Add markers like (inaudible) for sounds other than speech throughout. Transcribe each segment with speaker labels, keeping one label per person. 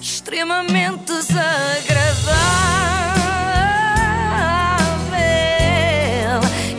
Speaker 1: extremamente desagradável.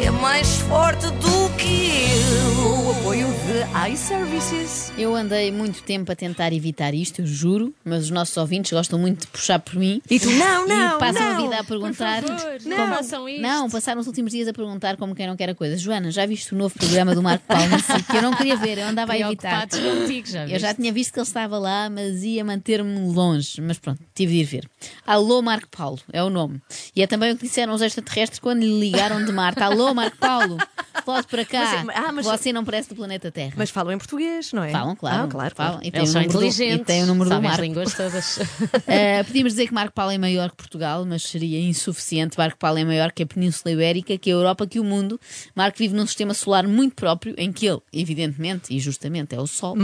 Speaker 1: É mais forte do que eu. O apoio de iServices.
Speaker 2: Eu andei muito tempo a tentar evitar isto, eu juro, mas os nossos ouvintes gostam muito de puxar por mim.
Speaker 1: E tu, não, não,
Speaker 2: e passam
Speaker 1: não.
Speaker 2: a vida a perguntar.
Speaker 3: Por favor, não
Speaker 2: como-
Speaker 3: façam isto.
Speaker 2: Não, passaram os últimos dias a perguntar como quem não quer a coisa. Joana, já viste o novo programa do Marco Palmici que eu não queria ver, eu andava a evitar.
Speaker 3: Preocupados contigo, já
Speaker 2: Eu já
Speaker 3: viste?
Speaker 2: tinha visto que ele estava lá, mas ia manter-me longe. Mas pronto, tive de ir ver. Alô Marco Paulo, é o nome. E é também o que disseram os extraterrestres quando lhe ligaram de Marte. Alô Marco Paulo, volte para cá.
Speaker 1: Mas- ah, mas-
Speaker 2: Você não parece do planeta Terra.
Speaker 1: Mas falam em português, não é?
Speaker 2: Falam, claro.
Speaker 1: Ah, claro,
Speaker 2: falam.
Speaker 1: claro.
Speaker 2: E tem
Speaker 3: Eles
Speaker 2: o
Speaker 3: são
Speaker 2: número do-
Speaker 3: um inteligentes.
Speaker 2: E tem o número do
Speaker 3: sabem as
Speaker 2: Marco. (laughs)
Speaker 3: línguas todas.
Speaker 2: Uh, podíamos dizer que Marco Paulo é maior que Portugal, mas seria insuficiente. Marco Paulo é maior que a Península Ibérica, que a Europa, que o mundo. Marco vive num sistema solar muito próprio, em que ele, evidentemente e justamente, é o
Speaker 3: (laughs)
Speaker 2: Sol.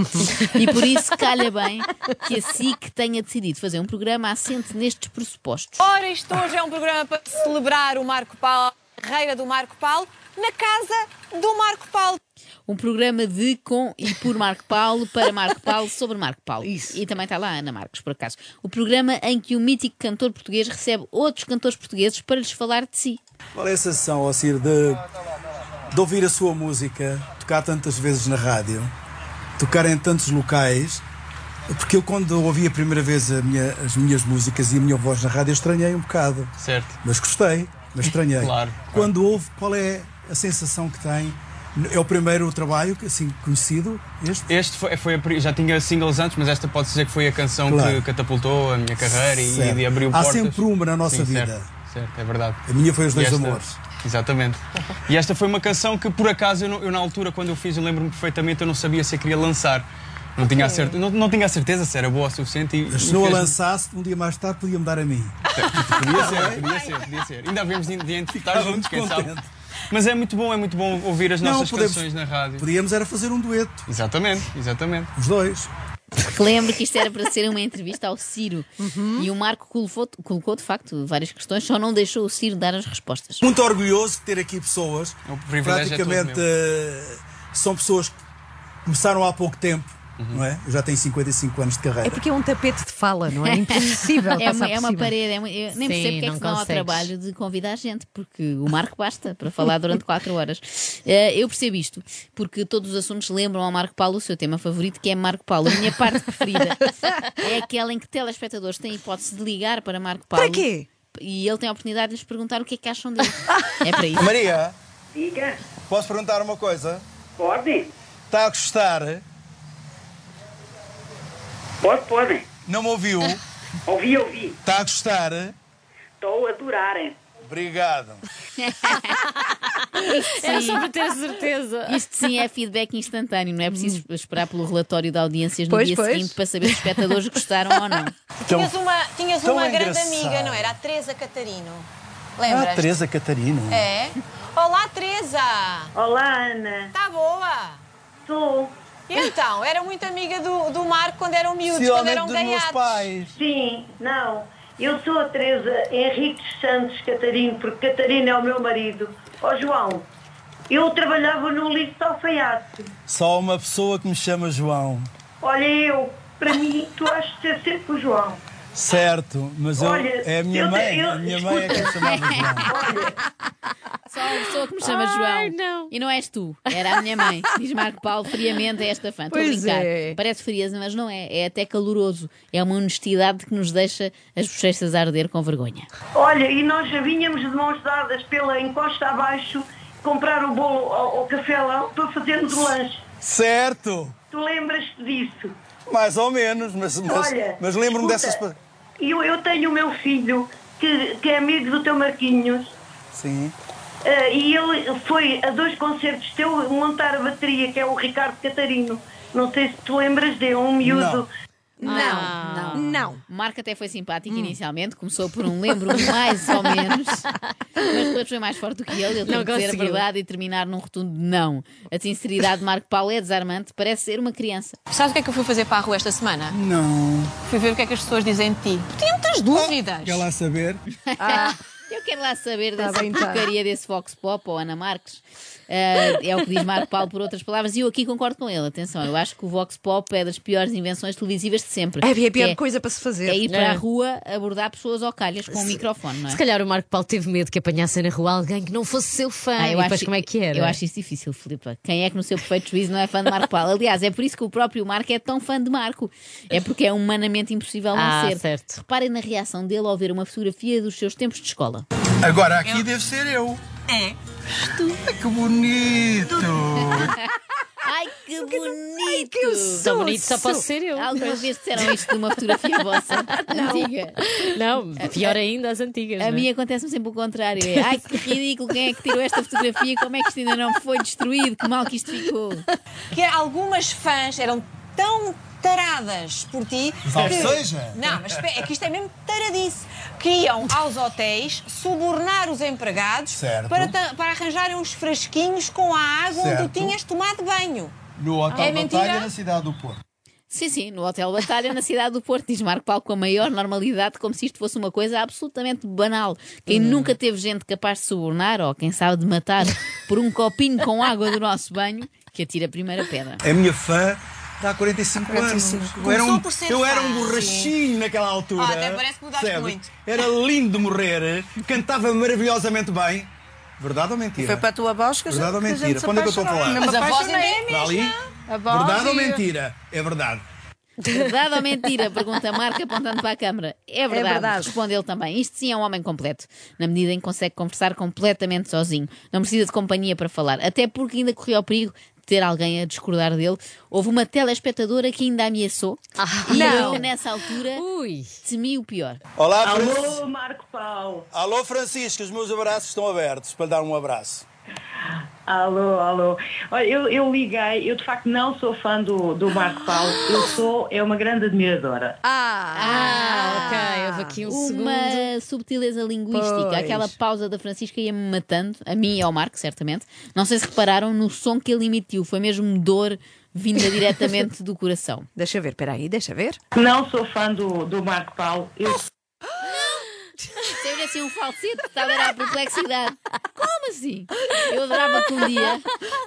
Speaker 2: e por isso calha bem que a SIC tenha decidido fazer um programa assente nestes pressupostos.
Speaker 4: Ora, isto hoje é um programa para celebrar o Marco Paulo, a carreira do Marco Paulo, na casa do Marco Paulo.
Speaker 2: Um programa de, com e por Marco Paulo, para Marco Paulo, sobre Marco Paulo. E também está lá a Ana Marques, por acaso. O programa em que o mítico cantor português recebe outros cantores portugueses para lhes falar de si.
Speaker 5: Qual é a sensação, Ocir, de, de ouvir a sua música, tocar tantas vezes na rádio, tocar em tantos locais? Porque eu, quando ouvi a primeira vez a minha- as minhas músicas e a minha voz na rádio, eu estranhei um bocado.
Speaker 6: Certo.
Speaker 5: Mas gostei, mas estranhei.
Speaker 6: (laughs) Claro, claro.
Speaker 5: Quando ouve, qual é a sensação que tem? É o primeiro trabalho, assim, conhecido, este?
Speaker 6: Este foi, foi a pri- já tinha singles antes, mas esta pode dizer que foi a canção
Speaker 5: Claro.
Speaker 6: que catapultou a minha carreira
Speaker 5: Certo.
Speaker 6: e, e abriu
Speaker 5: Há
Speaker 6: portas.
Speaker 5: sempre uma na nossa
Speaker 6: Sim,
Speaker 5: vida.
Speaker 6: Certo, certo, é verdade.
Speaker 5: A minha foi Os Dois
Speaker 6: E esta-
Speaker 5: Amores.
Speaker 6: Exatamente. E esta foi uma canção que, por acaso, eu, não- eu na altura, quando eu fiz, eu lembro-me perfeitamente, eu não sabia se eu queria lançar. Não tinha, a certe- não, não tinha a certeza se era boa o suficiente. E,
Speaker 5: Mas se
Speaker 6: e
Speaker 5: não a
Speaker 6: fez-
Speaker 5: lançasse, um dia mais tarde podia-me dar a mim.
Speaker 6: Podia
Speaker 5: (laughs)
Speaker 6: ser, podia ser, podia ser. Ainda havíamos de identificar
Speaker 5: Ficava muito
Speaker 6: juntos, quem sabe.
Speaker 5: contente.
Speaker 6: Mas é muito bom, é muito bom ouvir as nossas canções na rádio.
Speaker 5: podíamos era fazer um dueto,
Speaker 6: Exatamente, exatamente.
Speaker 5: os dois.
Speaker 2: Que lembro que isto era para ser uma entrevista ao Ciro. E o Marco colocou, colocou, de facto, várias questões, só não deixou o Ciro dar as respostas.
Speaker 5: Muito orgulhoso de ter aqui pessoas.
Speaker 6: O privilégio é todo
Speaker 5: praticamente eh, são pessoas que começaram há pouco tempo, não é? Eu já tenho 55 anos de
Speaker 7: É
Speaker 5: carreira.
Speaker 7: porque é um tapete de fala, não é? Impossível
Speaker 2: (laughs)
Speaker 7: passar
Speaker 2: É uma,
Speaker 7: por
Speaker 2: é uma
Speaker 7: cima.
Speaker 2: parede, é uma- eu nem
Speaker 3: Sim,
Speaker 2: percebo porque é
Speaker 3: não
Speaker 2: que se não há o
Speaker 3: consegues.
Speaker 2: trabalho de convidar gente, porque o Marco basta para falar
Speaker 7: (laughs)
Speaker 2: durante 4 horas. Eh, eu percebo isto, porque todos os assuntos lembram ao Marco Paulo o seu tema favorito, que é Marco Paulo. A minha parte
Speaker 7: (laughs)
Speaker 2: preferida é aquela em que telespectadores têm a hipótese de ligar para Marco Paulo.
Speaker 7: Para quê?
Speaker 2: E ele tem a oportunidade de lhes perguntar o que é que acham dele. É para
Speaker 7: (laughs)
Speaker 2: isso.
Speaker 5: (laughs) Maria,
Speaker 8: Diga,
Speaker 5: posso perguntar uma coisa?
Speaker 8: pode,
Speaker 5: Está a gostar?
Speaker 8: pode, pode.
Speaker 5: Não me ouviu?
Speaker 8: Ouvi, ouvi.
Speaker 5: Está a gostar?
Speaker 8: Estou a adorar. hein?
Speaker 5: Obrigado.
Speaker 3: Era só para ter certeza.
Speaker 2: Isto sim é feedback instantâneo, não é preciso esperar pelo relatório de audiências no
Speaker 7: Hum. Pois,
Speaker 2: dia
Speaker 7: pois.
Speaker 2: seguinte para saber se os espectadores gostaram ou não.
Speaker 5: Então,
Speaker 4: Tinhas uma, tinhas
Speaker 5: tão
Speaker 4: uma grande
Speaker 5: é engraçado.
Speaker 4: amiga, não era? A Teresa Catarino.
Speaker 5: Ah,
Speaker 4: Lembras?
Speaker 5: Teresa Catarina.
Speaker 4: É? Olá, Teresa!
Speaker 8: Olá, Ana.
Speaker 4: Está boa?
Speaker 8: Sou,
Speaker 4: E então, era muito amiga do, do Marco quando eram miúdos, quando
Speaker 5: Possivelmente
Speaker 4: eram
Speaker 5: dos meus
Speaker 4: gaiados.
Speaker 5: pais.
Speaker 8: sim, não. Eu sou a Teresa Henriques Santos Catarino, porque Catarino é o meu marido. Ó João, eu trabalhava no livro de alfaiate.
Speaker 5: Só uma pessoa que me chama João.
Speaker 8: Olha, eu, para mim, tu achas de ser sempre o João.
Speaker 5: Certo, mas eu-
Speaker 8: Olha,
Speaker 5: é a minha
Speaker 8: eu-
Speaker 5: mãe.
Speaker 8: eu-
Speaker 5: a minha mãe é que me chamava João.
Speaker 8: (laughs)
Speaker 2: Só uma pessoa que me chama
Speaker 3: Ai,
Speaker 2: João.
Speaker 3: não.
Speaker 2: E não és tu, era a minha mãe. Diz Marco Paulo friamente a esta fã. Estou a
Speaker 7: Pois
Speaker 2: brincar.
Speaker 7: é.
Speaker 2: Parece frieza, mas não é. É até caloroso. É uma honestidade que nos deixa as bochechas arder com vergonha.
Speaker 8: Olha, e nós já vínhamos de mãos dadas pela encosta abaixo comprar o bolo ao, ao café lá para fazermos o lanche.
Speaker 5: Certo,
Speaker 8: Tu lembras-te disso?
Speaker 5: mais ou menos, mas, mas,
Speaker 8: Olha,
Speaker 5: mas lembro-me
Speaker 8: escuta,
Speaker 5: dessas. pa-
Speaker 8: Eu, eu tenho o meu filho, que, que é amigo do teu Marquinhos,
Speaker 5: Sim.
Speaker 8: eh, e ele foi a dois concertos teu montar a bateria, que é o Ricardo Catarino. Não sei se te lembras dele, um miúdo.
Speaker 7: Não, não, não.
Speaker 2: O Marco até foi
Speaker 3: Hum.
Speaker 2: simpático inicialmente, começou por um lembro mais ou menos, mas depois foi mais forte do que ele. Ele teve
Speaker 3: Não
Speaker 2: que dizer a
Speaker 3: conseguiu.
Speaker 2: verdade e terminar num rotundo não. A sinceridade de Marco Paulo é desarmante, parece ser uma criança.
Speaker 4: Sabes o que é que eu fui fazer para a rua esta semana?
Speaker 5: Não.
Speaker 4: Fui ver o que é que as pessoas dizem de ti. Tinha muitas dúvidas.
Speaker 5: Quer lá saber?
Speaker 2: Eu quero lá saber
Speaker 7: Tá
Speaker 2: dessa
Speaker 7: bem, tá.
Speaker 2: porcaria desse Vox Pop ou Ana Marques. Eh, é o que diz Marco Paulo por outras palavras, e eu aqui concordo com ele. Atenção, eu acho que o Vox Pop é das piores invenções televisivas de sempre.
Speaker 7: É a pior
Speaker 2: Que é-
Speaker 7: coisa para se fazer.
Speaker 2: É ir para
Speaker 3: É.
Speaker 2: a rua abordar pessoas ao calhas com o microfone, não é?
Speaker 3: Se calhar o Marco Paulo teve medo que apanhassem na rua alguém que não fosse seu fã.
Speaker 2: Ah,
Speaker 3: e depois como é que era?
Speaker 2: Eu acho isso difícil, Filipa. Quem é que no seu perfeito juízo não é fã de Marco Paulo? Aliás, é por isso que o próprio Marco é tão fã de Marco. É porque é humanamente impossível não
Speaker 3: Ah,
Speaker 2: ser.
Speaker 3: certo.
Speaker 2: Reparem na reação dele ao ver uma fotografia dos seus tempos de escola.
Speaker 9: Agora aqui deve ser eu. É. Que bonito!
Speaker 2: Ai, que bonito!
Speaker 3: Sou bonito, só posso ser eu.
Speaker 2: Alguma vez um disseram isto de uma (laughs) fotografia vossa antiga?
Speaker 3: Não, pior ainda as antigas.
Speaker 2: A
Speaker 3: não é?
Speaker 2: mim acontece-me sempre o contrário. É, Ai, que ridículo, quem é que tirou esta fotografia? Como é que isto ainda não foi destruído? Que mal que isto ficou.
Speaker 4: Que algumas fãs eram tão taradas por ti.
Speaker 9: Salve
Speaker 4: que-
Speaker 9: seja.
Speaker 4: Não, mas espera, é que isto é mesmo taradice. Que iam aos hotéis subornar os empregados
Speaker 9: Certo.
Speaker 4: para, ta- para arranjarem uns frasquinhos com a água onde
Speaker 9: Certo.
Speaker 4: tu tinhas tomado banho.
Speaker 9: No Hotel
Speaker 4: É mentira?
Speaker 9: Batalha, na cidade do Porto.
Speaker 2: Sim, sim, no Hotel Batalha, na cidade do Porto, diz Marco Paulo com a maior normalidade, como se isto fosse uma coisa absolutamente banal. Quem nunca teve gente capaz de subornar, ou quem sabe de matar, por um copinho com água do nosso banho, que atira a primeira pedra.
Speaker 5: É minha fã de há 45, anos.
Speaker 4: Começou
Speaker 6: Eu era um,
Speaker 4: por ser
Speaker 6: eu era
Speaker 4: fã,
Speaker 6: um borrachinho naquela altura.
Speaker 4: Ah, até parece que mudaste
Speaker 6: percebes?
Speaker 4: muito.
Speaker 6: Era lindo de morrer, cantava maravilhosamente bem. Verdade ou mentira?
Speaker 10: Foi para a tua voz que a gente-
Speaker 6: Verdade ou
Speaker 10: que a gente
Speaker 6: mentira?
Speaker 10: se
Speaker 6: Para onde é que eu estou a
Speaker 10: apaixonou?
Speaker 6: falar?
Speaker 10: Não,
Speaker 4: Mas a voz ainda é a
Speaker 6: Para ali?
Speaker 10: A voz
Speaker 6: Verdade ou
Speaker 10: e-
Speaker 6: mentira? É verdade.
Speaker 2: Verdade ou mentira? Pergunta Marco apontando para a câmara. É verdade,
Speaker 10: verdade.
Speaker 2: responde ele também. Isto sim é um homem completo, na medida em que consegue conversar completamente sozinho. Não precisa de companhia para falar, até porque ainda corria o perigo de ter alguém a discordar dele. Houve uma telespectadora que ainda ameaçou e eu, nessa altura,
Speaker 3: Ui.
Speaker 2: temi o pior.
Speaker 5: Olá,
Speaker 8: Alô, Marco Paulo.
Speaker 5: Alô, Francisco, os meus abraços estão abertos para lhe dar um abraço.
Speaker 8: Alô, alô. Olha, eu, eu liguei, eu de facto não sou fã do, do Marco Paulo, eu sou, é uma grande admiradora.
Speaker 3: Ah, ok, houve aqui um segundo.
Speaker 2: Uma subtileza linguística.
Speaker 7: Pois.
Speaker 2: Aquela pausa da Francisca ia-me matando, a mim e ao Marco, certamente. Não sei se repararam no som que ele emitiu, foi mesmo dor vinda diretamente do coração.
Speaker 7: Deixa eu ver, peraí, deixa eu ver.
Speaker 8: Não sou fã do, do Marco Paulo, eu
Speaker 2: Teve assim um falsete, estava era a perplexidade. Como assim? Eu adorava que um dia,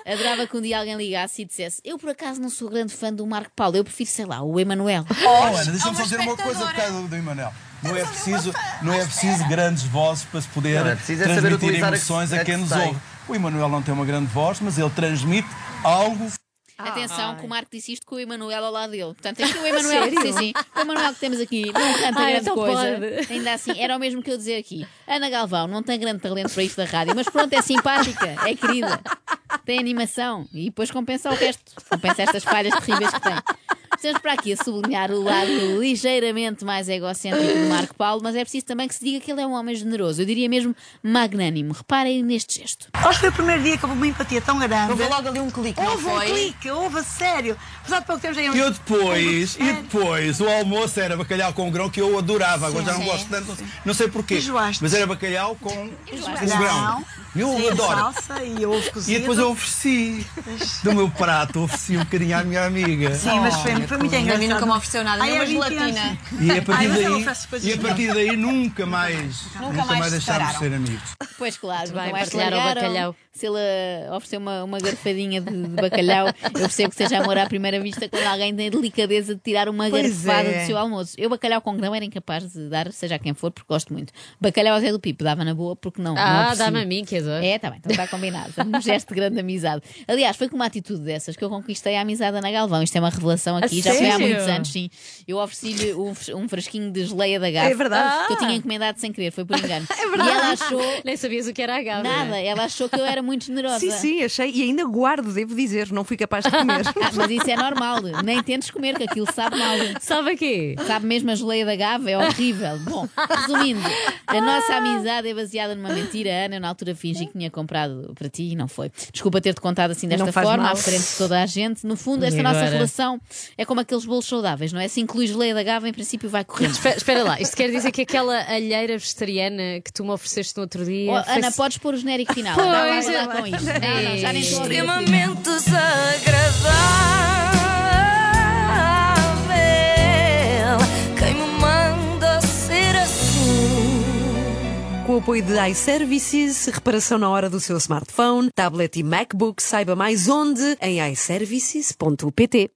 Speaker 2: adorava que um dia alguém ligasse e dissesse: Eu por acaso não sou grande fã do Marco Paulo, eu prefiro, sei lá, o Emanuel.
Speaker 9: Oh, Ana,
Speaker 4: há
Speaker 9: deixa-me
Speaker 4: uma
Speaker 9: só dizer uma coisa por
Speaker 4: espectadora.
Speaker 9: causa do Emanuel.
Speaker 5: Não é preciso, não é preciso grandes vozes para se poder
Speaker 9: Não, é preciso é saber
Speaker 5: transmitir
Speaker 9: utilizar a que-
Speaker 5: emoções
Speaker 9: a
Speaker 5: a
Speaker 9: que
Speaker 5: quem
Speaker 9: se
Speaker 5: nos
Speaker 9: tem.
Speaker 5: ouve. O Emanuel não tem uma grande voz, mas ele transmite algo
Speaker 3: Ah,
Speaker 2: Atenção, que o Marco disse isto com o Emanuel ao lado dele. Portanto, aqui
Speaker 3: (laughs)
Speaker 2: o Emanuel, sim, sim. O Emanuel que temos aqui não canta
Speaker 3: Ai,
Speaker 2: grande
Speaker 3: então
Speaker 2: coisa.
Speaker 3: pode.
Speaker 2: Ainda assim, era o mesmo que eu dizer aqui. Ana Galvão não tem grande talento para isto da rádio, mas pronto, é simpática, é querida, tem animação e depois compensa o resto. Compensa estas falhas terríveis que tem. Estamos para aqui a sublinhar o lado ligeiramente mais egocêntrico do Marco Paulo, mas é preciso também que se diga que ele é um homem generoso. Eu diria mesmo magnânimo. Reparem neste gesto.
Speaker 10: Acho que foi o primeiro dia que houve uma empatia tão grande.
Speaker 4: Houve logo ali um clique, não
Speaker 10: Houve um
Speaker 4: foi?
Speaker 10: clique, houve a sério. Apesar de pouco tempo já é?
Speaker 5: E eu depois, e depois, o almoço era bacalhau com grão que eu adorava, agora já não
Speaker 4: Sim.
Speaker 5: gosto tanto, não sei- não sei porquê.
Speaker 10: Enjoaste.
Speaker 5: Mas era bacalhau com, com
Speaker 10: Não.
Speaker 5: grão. Eu
Speaker 10: Sim,
Speaker 5: adoro.
Speaker 10: salsa e ovo cozido.
Speaker 5: E depois eu ofereci do meu prato, ofereci um bocadinho à minha amiga.
Speaker 10: Sim, mas foi, foi muito engraçado.
Speaker 4: A mim nunca me ofereceu nada,
Speaker 10: Ai,
Speaker 4: nem uma
Speaker 10: é 20 anos.
Speaker 4: gelatina.
Speaker 5: E a
Speaker 10: Ai,
Speaker 5: partir
Speaker 10: mas eu
Speaker 5: daí,
Speaker 10: ofereço coisas
Speaker 5: e a partir daí nunca mais, nunca,
Speaker 4: mais
Speaker 5: mais
Speaker 4: se
Speaker 5: deixámos de ser
Speaker 4: separaram.
Speaker 5: amigos.
Speaker 2: Pois claro,
Speaker 3: bem,
Speaker 2: nunca mais
Speaker 3: partilhar o
Speaker 2: largaram.
Speaker 3: bacalhau.
Speaker 2: Se ele ah, ofereceu uma, uma garfadinha de, de bacalhau, eu percebo que seja amor à primeira vista quando alguém tem a delicadeza de tirar uma
Speaker 7: Pois
Speaker 2: garfada
Speaker 7: é.
Speaker 2: do seu almoço. Eu bacalhau com grão era incapaz de dar, seja a quem for, porque gosto muito. Bacalhau até do Pipo, dava na boa, porque não. não
Speaker 3: Ah,
Speaker 2: aprecio.
Speaker 3: dá-me a mim, que adoro.
Speaker 2: É, está bem, então está combinado. Um gesto de grande amizade. Aliás, foi com uma atitude dessas que eu conquistei a amizade na Galvão. Isto é uma revelação aqui, já foi há
Speaker 3: sério?
Speaker 2: muitos anos, sim. Eu ofereci-lhe um, fres- um frasquinho de geleia da garra
Speaker 7: É verdade.
Speaker 2: que eu tinha
Speaker 3: Ah.
Speaker 2: encomendado sem querer, foi por
Speaker 3: (laughs)
Speaker 2: engano. é verdade. E ela achou
Speaker 3: Nem sabias o que era a Gabi.
Speaker 2: Nada, ela achou que eu era muito generosa.
Speaker 7: Sim, sim, achei. E ainda guardo, devo dizer, não fui capaz de comer.
Speaker 2: Ah, mas isso é normal, nem tentes comer, que aquilo sabe mal.
Speaker 3: Sabe aqui?
Speaker 2: Sabe mesmo a geleia da Gava, é horrível. Bom, resumindo, a nossa amizade é baseada numa mentira. A Ana, eu na altura, fingi que tinha comprado para ti e não foi. Desculpa ter-te contado assim desta
Speaker 7: Não faz
Speaker 2: forma,
Speaker 7: mal.
Speaker 2: à frente de toda a gente. No fundo, esta
Speaker 3: E
Speaker 2: nossa
Speaker 3: agora?
Speaker 2: relação é como aqueles bolos saudáveis, não é? Se incluís geleia da Gava, em princípio vai correndo.
Speaker 3: Espera, espera lá, isto quer dizer que aquela alheira vegetariana que tu me ofereceste no outro dia.
Speaker 2: Oh,
Speaker 3: foi-
Speaker 2: Ana, podes pôr o genérico final.
Speaker 3: Pois,
Speaker 2: Dá lá,
Speaker 3: é
Speaker 2: dá lá com isto. Não, não, já nem estou a ouvir.
Speaker 1: extremamente desagradável. Quem me manda ser assim?
Speaker 7: Com o
Speaker 3: apoio de iServices, reparação na hora do seu smartphone, tablet e MacBook. Saiba mais onde em iServices.pt.